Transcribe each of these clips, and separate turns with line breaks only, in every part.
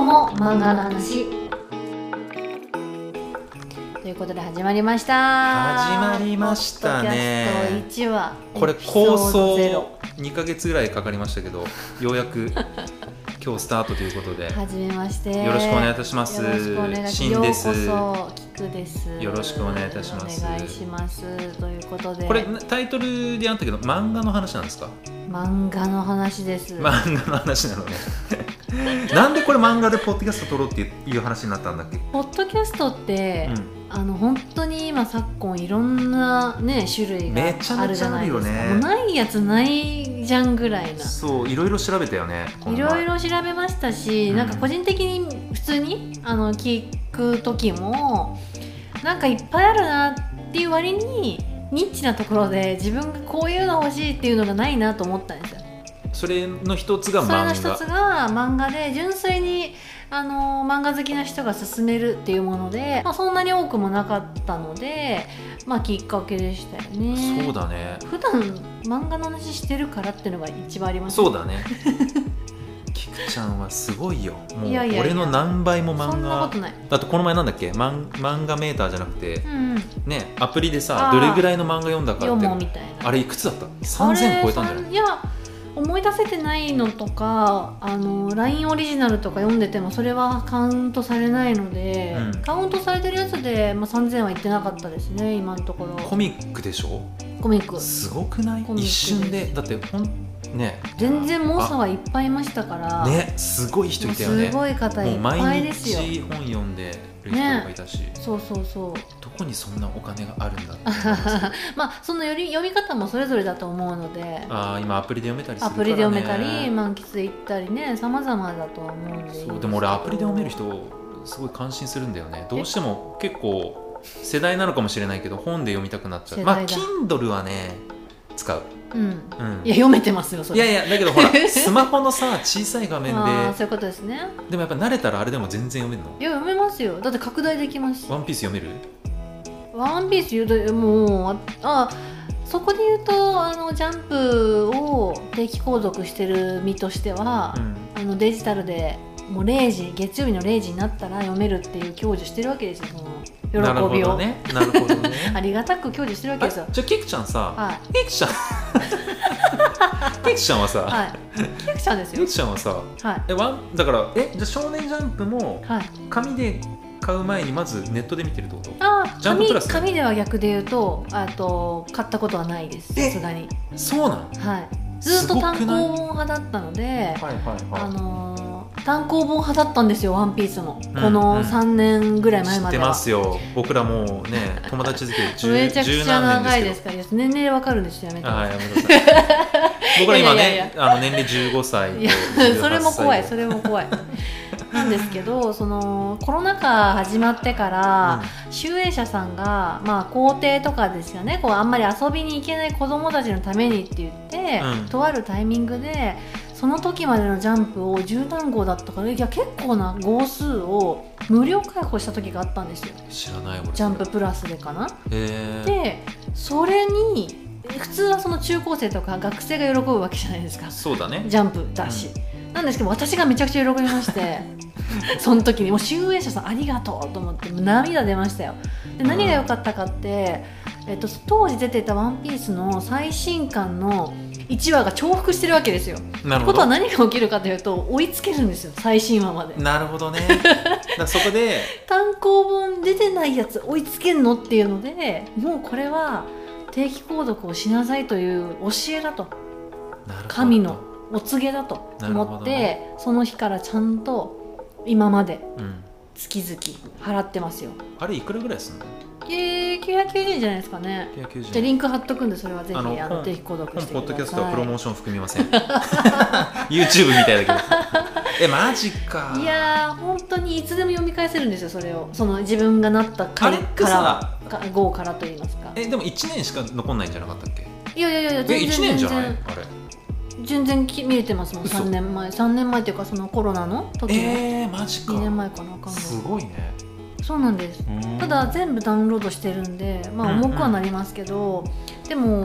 も漫画の話ということで始まりました
始まりましたね
ポッドキャスト1話
これ
エピソード
構想
ゼロ
2ヶ月ぐらいかかりましたけ どようやく今日スタートということで
はじめまして
よろしくお願いいたします
よろしくお願いします
シンです
ようこそ菊です
よろしくお願いいたします
お願いしますということで
これタイトルであったけど漫画の話なんですか
漫画の話です、
漫画の話なのね なんでこれ漫画でポッドキャスト撮ろうっていう話になったんだっけ、
ポッドキャストって、
うん
あの本当に今昨今いろんなね種類が
めちゃ
あ
め
る
ち
じゃ
ゃ
な
あ
い
る
で
よ
す
ね
かもうないやつないじゃんぐらいな
そういろいろ調べたよねこの
い
前
ろいろ調べましたし、
うん
なんか個人的に普通にあの聞く時もなんかいっぱいあるなっていう割にニッチなところで自分がこういうの欲しいっていうのがないなと思ったんですよ。
それの一つが
それの
漫
一
画
つが漫画で純粋にあの漫画好きな人が勧めるっていうもので、まあ、そんなに多くもなかったので、まあ、きっかけでしたよね。
そうだね
普段漫画の話してるからっていうのが一番ありますね
そうだね 菊ちゃんはすごいよもう
いやいやいや
俺の何倍も漫画
そんなことない。
だってこの前なんだっけ漫漫画メーターじゃなくて
うんうん、
ねアプリで
あ
さ
ー
どれぐらいの漫画読んだか
読もう
って
みたいな
あれいくつだった3000超えたんじゃない
いや思い出せてないのとかあの LINE オリジナルとか読んでてもそれはカウントされないので、
うん
カウントされてるやつで、まあ、3000は言ってなかったですね今のところ
コミックでしょ
コミック
すごくない
コミックで
一
す
瞬でだってほんね
全然猛者はいっぱいいましたから、
あねすごい人いたよ
もう
ね
すごい方い
もう
っぱい
毎
ですよ
日本読んでる人がいたし、
そうそうそう
どこにそんなお金があるんだって思います けど
まあそのより読み方もそれぞれだと思うので
ああ今アプリで読めたりす
ア
るから、
プ
ね、
リで読めたり満喫で行ったりね様々だとは思うんでいいんすけど
そうでも俺アプリで読める人すごい感心するんだよねどうしても結構世代なのかもしれないけど本で読みたくなっちゃう
世
まあ
代だ
Kindle はね使う、
うん
うん、
いや読めてますよそれ
いやいやだけど ほらスマホのさ小さい画面
あー
で
そういうことですね
でもやっぱ慣れたらあれでも全然読めるの
いや読めますよだって拡大できます
ワンピース読める
ワンピース言うともうああそこで言うとあのジャンプを定期購読してる身としては
う、ん
あのデジタルでもう0時月曜日の0時になったら読めるっていう享受してるわけですよそ
なる
の
ほ
喜びを、
どねなるほどね
ありがたく享受してるわけ
あ
です
じゃ
よ
あキクちゃんさ
はい
キ クちゃんキクちゃんはさ
はいキクちゃんです
キ ク
よ
ちゃんはさ
はい
えワンだからえじゃあ少年ジャンプも
はい
紙で買う前にまずネットで見てるってこと
あ
ジャンプ
紙
プラス
紙では逆で言うとあと買ったことはないですさ
え
すがに
そうなん
はいずっと単行本派だったので
はいはい
あのー単行本派だったんですよ「ワンピースも、
うん
この3年ぐらい前
知
ま
っ
で
て
は
ますよ僕らもう ね友達付きで十
めちゃく
十
ちゃ
何
長いで
年ですす
からいや年齢わかるんですよやめてく
けど
だ
は
さ
いやめてくださ い僕ら今
いやいやい
ねあの年齢15歳と
いいや それも怖い
18
それも怖いなんですけどそのコロナ禍始まってから、集英社さんが、まあ、校庭とかですよねこうあんまり遊びに行けない子供たちのためにって言って、
うん
とあるタイミングでその時までのジャンプを十何号だったからいや結構な号数を無料開放した時があったんですよ
歳知らない俺
ジャンププラスでかな。
えー、
でそれに普通はその中高生とか学生が喜ぶわけじゃないですか
そうだね
ジャンプだし、なんですけど私がめちゃくちゃ喜びましてその時にもう集英社さんありがとうと思ってもう涙出ましたよで
うん
何が良かったかって、えっと、当時出ていた「ワンピースの最新刊の1話が重複してるわけですよっ
な
て
る
こ
ほ
とは
ど
何が起きるかというと追いつけるんですよ最新話まで
なる ほどねだからそこで
単行本出てないやつ追いつけんのっていうのでもうこれは定期購読をしなさいという教えだと
なるほど
神のお告げだと
なるほど
思って、その日からちゃんと今まで
うん
月々払ってますよ
あれいくらぐらいすんの
えー、990円じゃないですかねじゃあ
990
リ
円
ンク貼っとくんでそれはぜひ
あの
あの定期購読
本
して
ポッ
く
ドキャ
だ
ストは
さ
プロモ
い
ーション含みません YouTube みたいだけどえマジか
いやー本当にいつでも読み返せるんですよそれをその自分がなった
あ
回
れって
か
さ
らか号からといいますか
えでも1年しか残んないんじゃなかったっけ
いやいやいや
え
全然
1
全
年じ
然
ゃないあれ
全然き見れてますもん
嘘
3年前3年前っていうかそのコロナの時の、
えー、マジか
2年前かなわかんない
すごいね
そうなんですただ全部ダウンロードしてるんでまあ
うんうん
重くはなりますけど、でも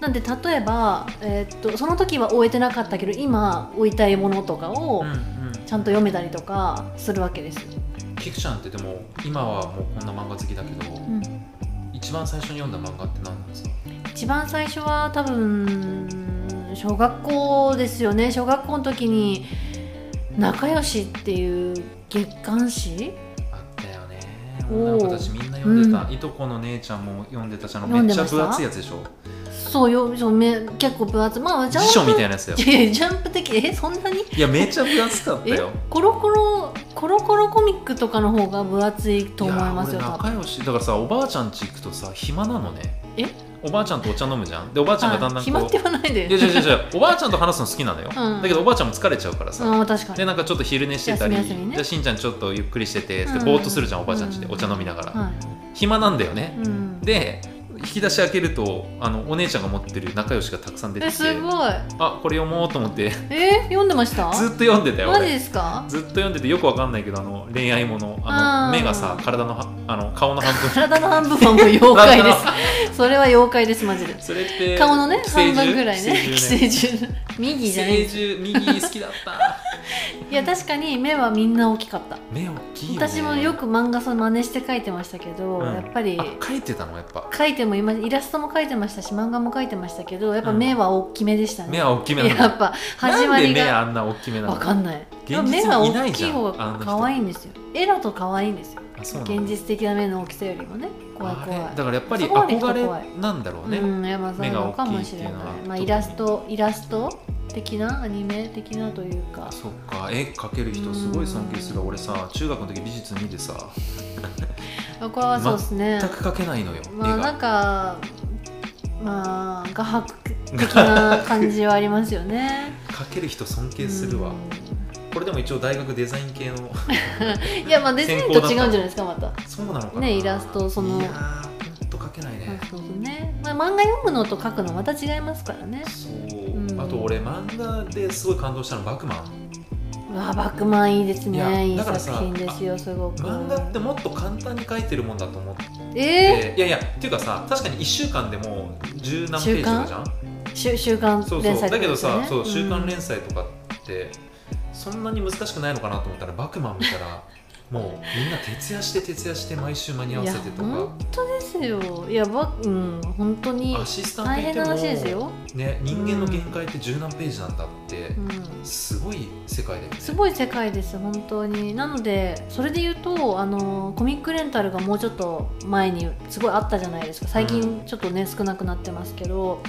なんで例えば、えーっとその時は終えてなかったけど今置いたいものとかを
うんうん
ちゃんと読めたりとかするわけです。
キクちゃんってでも今はもうこんな漫画好きだけど、
うん
一番最初に読んだ漫画って何なんですか
一番最初は多分小学校ですよね小学校の時に「仲良し」っていう月刊誌
あったよね
おー
女の子たちみんな読んでた、いとこの姉ちゃんも読んでたしあの
読んで
めっちゃ
ました
分厚いやつでしょ
そうよそうめ結構分厚いまあジャ
辞
ンプ
書みたいなやつだよ
いやいやジャンプ的えそんなに
いやめっちゃ分厚かったよ
コロコロコロコロコミックとかの方が分厚いと思いますよ
や
多
俺
分
仲良しだからさおばあちゃん家行くとさ暇なのね
え
おばあちゃんとお茶飲むじゃんでおばあちゃんがだんだんこう、
はい決まってはないで
いや違う違う違うおばあちゃんと話すの好きなのよ、
うん
だけどおばあちゃんも疲れちゃうからさ、
ああ確かに
でなんかちょっと昼寝してたり
休み休みね
じゃあしんちゃんちょっとゆっくりしてて、
うん
でぼーっとするじゃんおばあちゃんちで、
うん
お茶飲みながら、
は
暇なんだよね
い、、うん、
で引き出し開けるとあのお姉ちゃんが持ってる仲良しがたくさん出て
え
きて
すごい
あこれ読もうと思ってずっ
え読んでました
と読んでたよ
マジ
俺
ですか
ずっと読んでてよくわかんないけどあの恋愛ものあの
あー
目がさ体のはあの顔の半分
体の半分はもう妖怪 で
体の
すそれは妖怪ですマジで
それって
顔のね
寄生
半
獣
分ぐらいね寄
寄
生
生
獣,、右じゃない
獣ね寄生獣右好きだった
いや確かに目はみんな大きかった
目大きいよね
私もよく漫画その真似して描いてましたけど、
うん
やっぱり
あ描いてたのやっぱ
描いても今イラストも描いてましたし漫画も描いてましたけどやっぱ目は大きめでしたね、
目は大きめなの
やっぱ始まり
なんで目
が
あんな大きめなの
わかんない
現実に
目が
いな
大
いじ
き
ゃん
い方
あの
が
人
可愛いんですよ絵だと可愛いんですよ
あそうなんだ
現実的な目の大きさよりもね怖い怖
あ
い
れだからやっぱり
そこまで行くと怖い
憧れなんだろうね、
うん、やっぱそう
目
な
が
のか
大
も
きい
し
って
れ
い
ない
うのは
まあ、イラストイラスト的なアニメ的なというか
そっか絵描ける人すごい尊敬する俺さ中学の時美術2でさ
あこれはそうですね
全く描けないのよ、
まあ
絵
な
が
んかまあ画伯的 な感じはありますよね
描ける人尊敬するわ、
うん
これでも一応大学デザイン系の
いやまあデザインと違うんじゃないですかまた
そうなのかな
ねイラストその
いやーほんと描けないね、
そうそうね、まあ、漫画読むのと書くのまた違いますからね
そう、
うん
あと俺漫画ですごい感動したのバクマン
うわバックマンいいです
いや
ねいい
だから
作
さ
品ですよすごく
漫画ってもっと簡単に描いてるもんだと思って、
え
いやいやっていうかさ確かに1週間でもう十何ページとかじゃん
ー、週週刊
そう
連
そう
載
だけどさ、そう週
刊
刊連載とかってそんなに難しくないのかなと思ったらバクマン見た らもうみんな徹夜して徹夜して毎週間に合わせてと
いや
か
本当ですよいやばうん本当に
アシスタント
大
い
変
て
な話です
も
よ、
ね、人間の限界って十何ページなんだって
うん、
すごい世界だよね
すごい世界です本当になのでそれで言うとあのコミックレンタルがもうちょっと前にすごいあったじゃないですか最近ちょっとね少なくなってますけど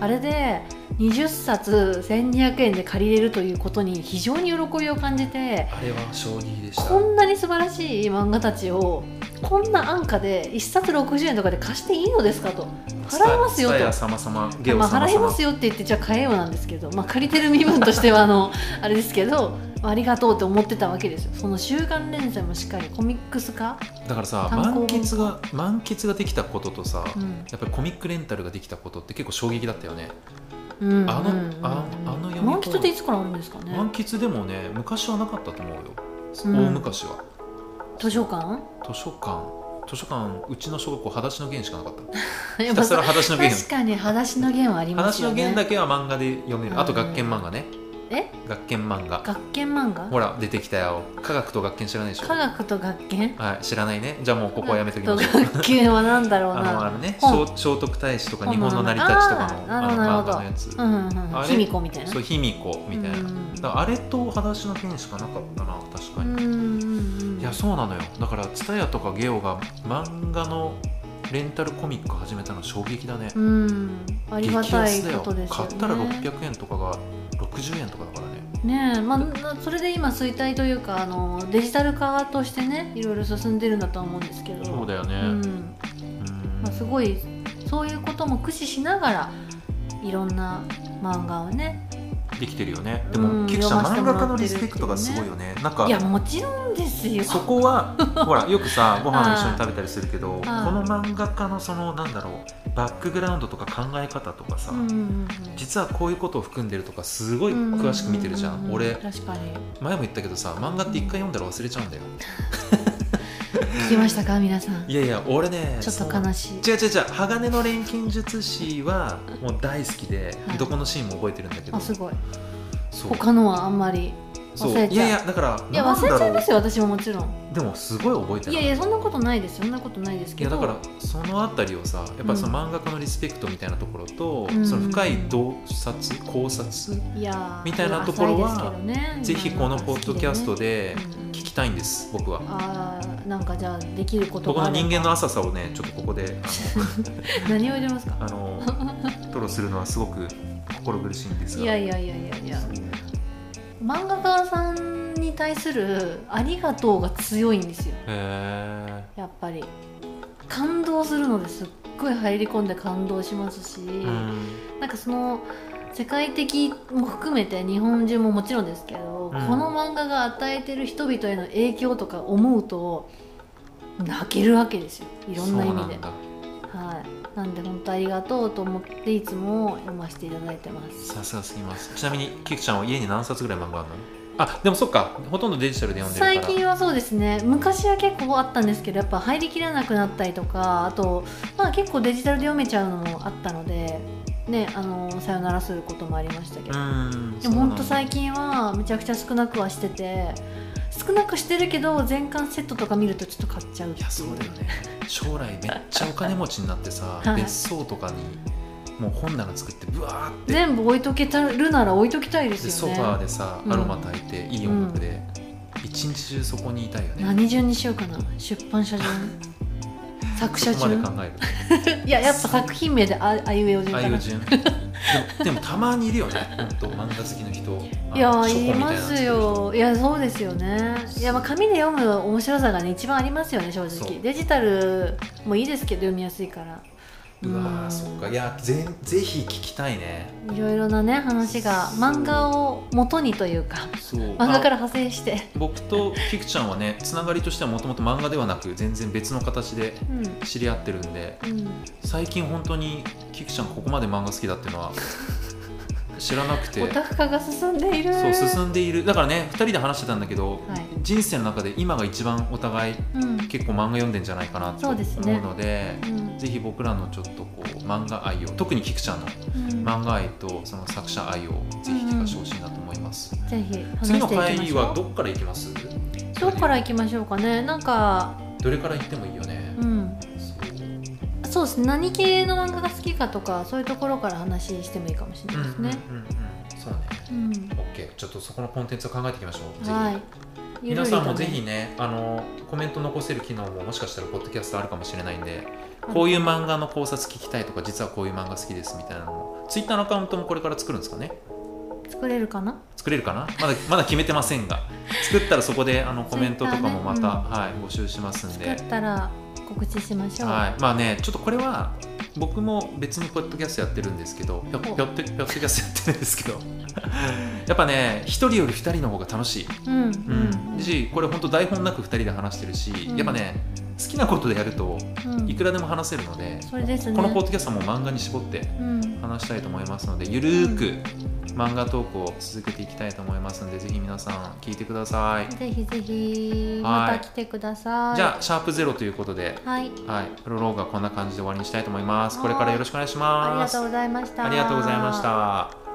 あれで20冊1200円で借りれるということに非常に喜びを感じて
あれは将棋でした
こんなに素晴らしい漫画たちをこんな安価で1冊60円とかで貸していいのですかと払いますよと
蔦屋様様ゲオ
まあ、
様
払い
様
ますよって言ってじゃあ買えよなんですけど、まあ、借りてる身分としてはあ のあれですけど、まあ、ありがとうって思ってたわけですよその週刊連載もしっかりコミックス化、
だからさ
単行
満
本
喫が満喫ができたこととさ、
うん
やっぱりコミックレンタルができたことって結構衝撃だったよね、
うん
あの
うんうん
ああの読み込む
満喫っていつからあるんですかね
満喫でもね昔はなかったと思うよ、
うん
大昔は
図書館
図書館図書館うちの小学校裸足の弦しかな かった
や
ひ
ったぱ
すら
さ
裸足の弦
確かに裸足の弦はあり
裸
ま
足
すよ
の
ね
弦だけは漫画で読めるあと
うん
学研漫画ね
え
学研漫画
学研漫画
ほら出てきたよ科学と学研知らないでしょ
科学と学研
はい知らないねじゃあもうここはやめときましょ
科
う
学と学研は何だろう
あのあ
な
のね聖
本
聖徳太子とか
本
日本の成り立ちとかの
あーなる
あ
ほど
の漫画のやつ
うんうんう
あ
ん
れ
卑弥呼みたいな
そう卑弥呼みたいな
う
だ
ん
からあれと裸足の弦しかなかったな確か
う
に
んうんうん
いやそうなのよだから蔦屋とかゲオが漫画のレンタルコミック始めたの衝撃だね、
うんありが
激
たい
安だ
こ
よ
とですよね
買ったら600円とかが60円とかだからね
ねえまあな、それで今衰退というかあのデジタル化としてねいろいろ進んでるんだとは思うんですけど
そうだよね
うん
うん
まあ、すごいそういうことも駆使しながらいろんな漫画をね
できてるよねで
う
も
ん
キクちゃん
読ませて
漫
もら
画
ってる
家のリスペクトがすごいよねなんか
いやもちろんですよ
そ こはほらよくさご飯一緒に食べたりするけどこ
あー
の漫画家のそのなんだろうバックグラウンドとか考え方とかさ、
うんうんうん
実はこういうことを含んでるとかすごい
うん
詳しく見てるじゃん,、
ううう
俺
確かに
前も言ったけどさ漫画って一回読んだら忘れちゃうんだよ
聞きましたか皆さん
いやいや俺ね
ちょっと
そう
悲しい
違う違う違う鋼の錬金術師はもう大好きで、
はい
どこのシーンも覚えてるんだけど
あすごい
そう
他のはあんまり
そう
忘れ
い
ちゃ
や
う
いやだから
いや
なん
忘
だ
れ
ろ
ちゃいうますよ私ももちろん
でもすごい覚えて
い
る
やいやそんなことないですそんなことないです
い
け
や
ど
だからそのあたりをさやっぱその漫画家のリスペクトみたいなところと、
うん
その深い洞察考察、
いや
みたいなところは
浅いですけどね
ぜひこのポッドキャストで
うんうん
聞きたいんです僕は
あーなんかじゃあできること
僕
があ
の
れば
人間の浅さをねちょっとここで
何を言ってますか
あの吐露するのはすごく心苦しいんですが
いやいやいやいやいや
そう
漫画家さんに対するありがとうが強いんですよ
へ
やっぱり感動するのですっごい入り込んで感動しますし、
えうん
なんかその世界的も含めて日本中ももちろんですけど、
うん
この漫画が与えてる人々への影響とか思うと泣けるわけですよいろんな意
そ
味
う
で
んだ
はい、なんで本当ありがとうと思っていつも読ませていただいてます
さすがすぎますちなみにキクちゃんは家に何冊ぐらい漫画あるのあでもそっかほとんどデジタルで読んでるから
最近はそうですね昔は結構あったんですけどやっぱ入りきらなくなったりとかあと、まあ、結構デジタルで読めちゃうのもあったので、ね、あのさよならすることもありましたけど、
うん
でも本当
そうなん
最
だ
近はめちゃくちゃ少なくはしてて少なくしてるけど全巻セットとか見るとちょっと買っちゃうって
いやそうだよね将来めっちゃお金持ちになってさ、
はい
別荘とかにもう本棚作ってブワーって
全部置いとけたるなら置いときたいで
ですソ
よ
フ
ね
ァーでさ、
うん
アロマ焚いていい音楽で、一日中そこにいたいよね
何順にしようかな出版 社順作者
そこまで
順
考える
いややっぱ作品名でああいうえお順
ああ
か
いう
な
順でもでもたまにいるよね本当漫画好きの人
いや
あの書庫
言
み
い
たな
ま
の作る
す
人
よいやそうですよねいやまあ紙で読む面白さがね一番ありますよね正
そ
直
う
デジタルもいいですけど読みやすいから
うわー
ん
そっかいやぜぜひ聞きたいね
いろいろなね話が
そう
漫画を元にというか
そ
漫画
う
から
ら
派生して、
僕とキクちゃんはねつながりとしてはもともと漫画ではなく全然別の形で
うん
知り合ってるんで
うん、
最近本当にキクちゃんここまで漫画好きだっていうの は知らなくて
オタフ化が進んでいる
そう進んでいるだからね2人で話してたんだけど、
はい
人生の中で今が一番お互い
うん、
結構漫画読んでんじゃないかなと
そ
思
う
う
ですね
ので
うん
ぜひ僕らのちょっとこう漫画愛を特にキクちゃんの
うん
漫画愛とその作者愛をぜひ聞かしてほしいなと思います、
ぜひ話
次の
してい
会
きましょ
は
う
どっから行きます
どっから行きましょうかねなんか
どれから行ってもいいよね
う、ん
そう
そうですね何系の漫画が好きかとかそういうところから話してもいいかもしれ
うん
ないですね、
うんうんうんそうね
うん
OK ちょっとそこのコンテンツを考えていきましょうぜひ
はいゆる
皆
りとね
さんもぜひねあのコメント残せる機能ももしかしたらポッドキャストあるかもしれないんでこういう漫画の考察聞きたいとか実はこういう漫画好きですみたいなのもツイッターのアカウントもこれから作るんですかね
作れるかな
作れるかなまだまだ決めてませ んが作ったらそこであのコメントとかもま
ツイ
た、
ッタ
はい、募集しますん
作
で
っ、たら告知しましょう、
はい、まあねちょっとこれは僕も別にポッドキャストやってるんですけどぴょぴょ
お
っとぴょっとキャストやってるんですけど やっぱね一人より二人の方が楽しい
うんうん
うん、しこれ本当台本なく2人で話してるし、
うん
やっぱね好きなことでやると
うん
いくらでも話せるので、
それですね
このポッドキャストも漫画に絞って
うん
話したいと思いますのでゆるーく漫画トークを続けていきたいと思いますのでぜひ皆さん聞いてください、
ぜひぜひま
はい
た来てください
じゃあシャープゼロということで、
はい
はい、プロローグはこんな感じで終わりにしたいと思いますこれからよろしくお願いし
あり
ま
が
す
とうございました
ありがとうございました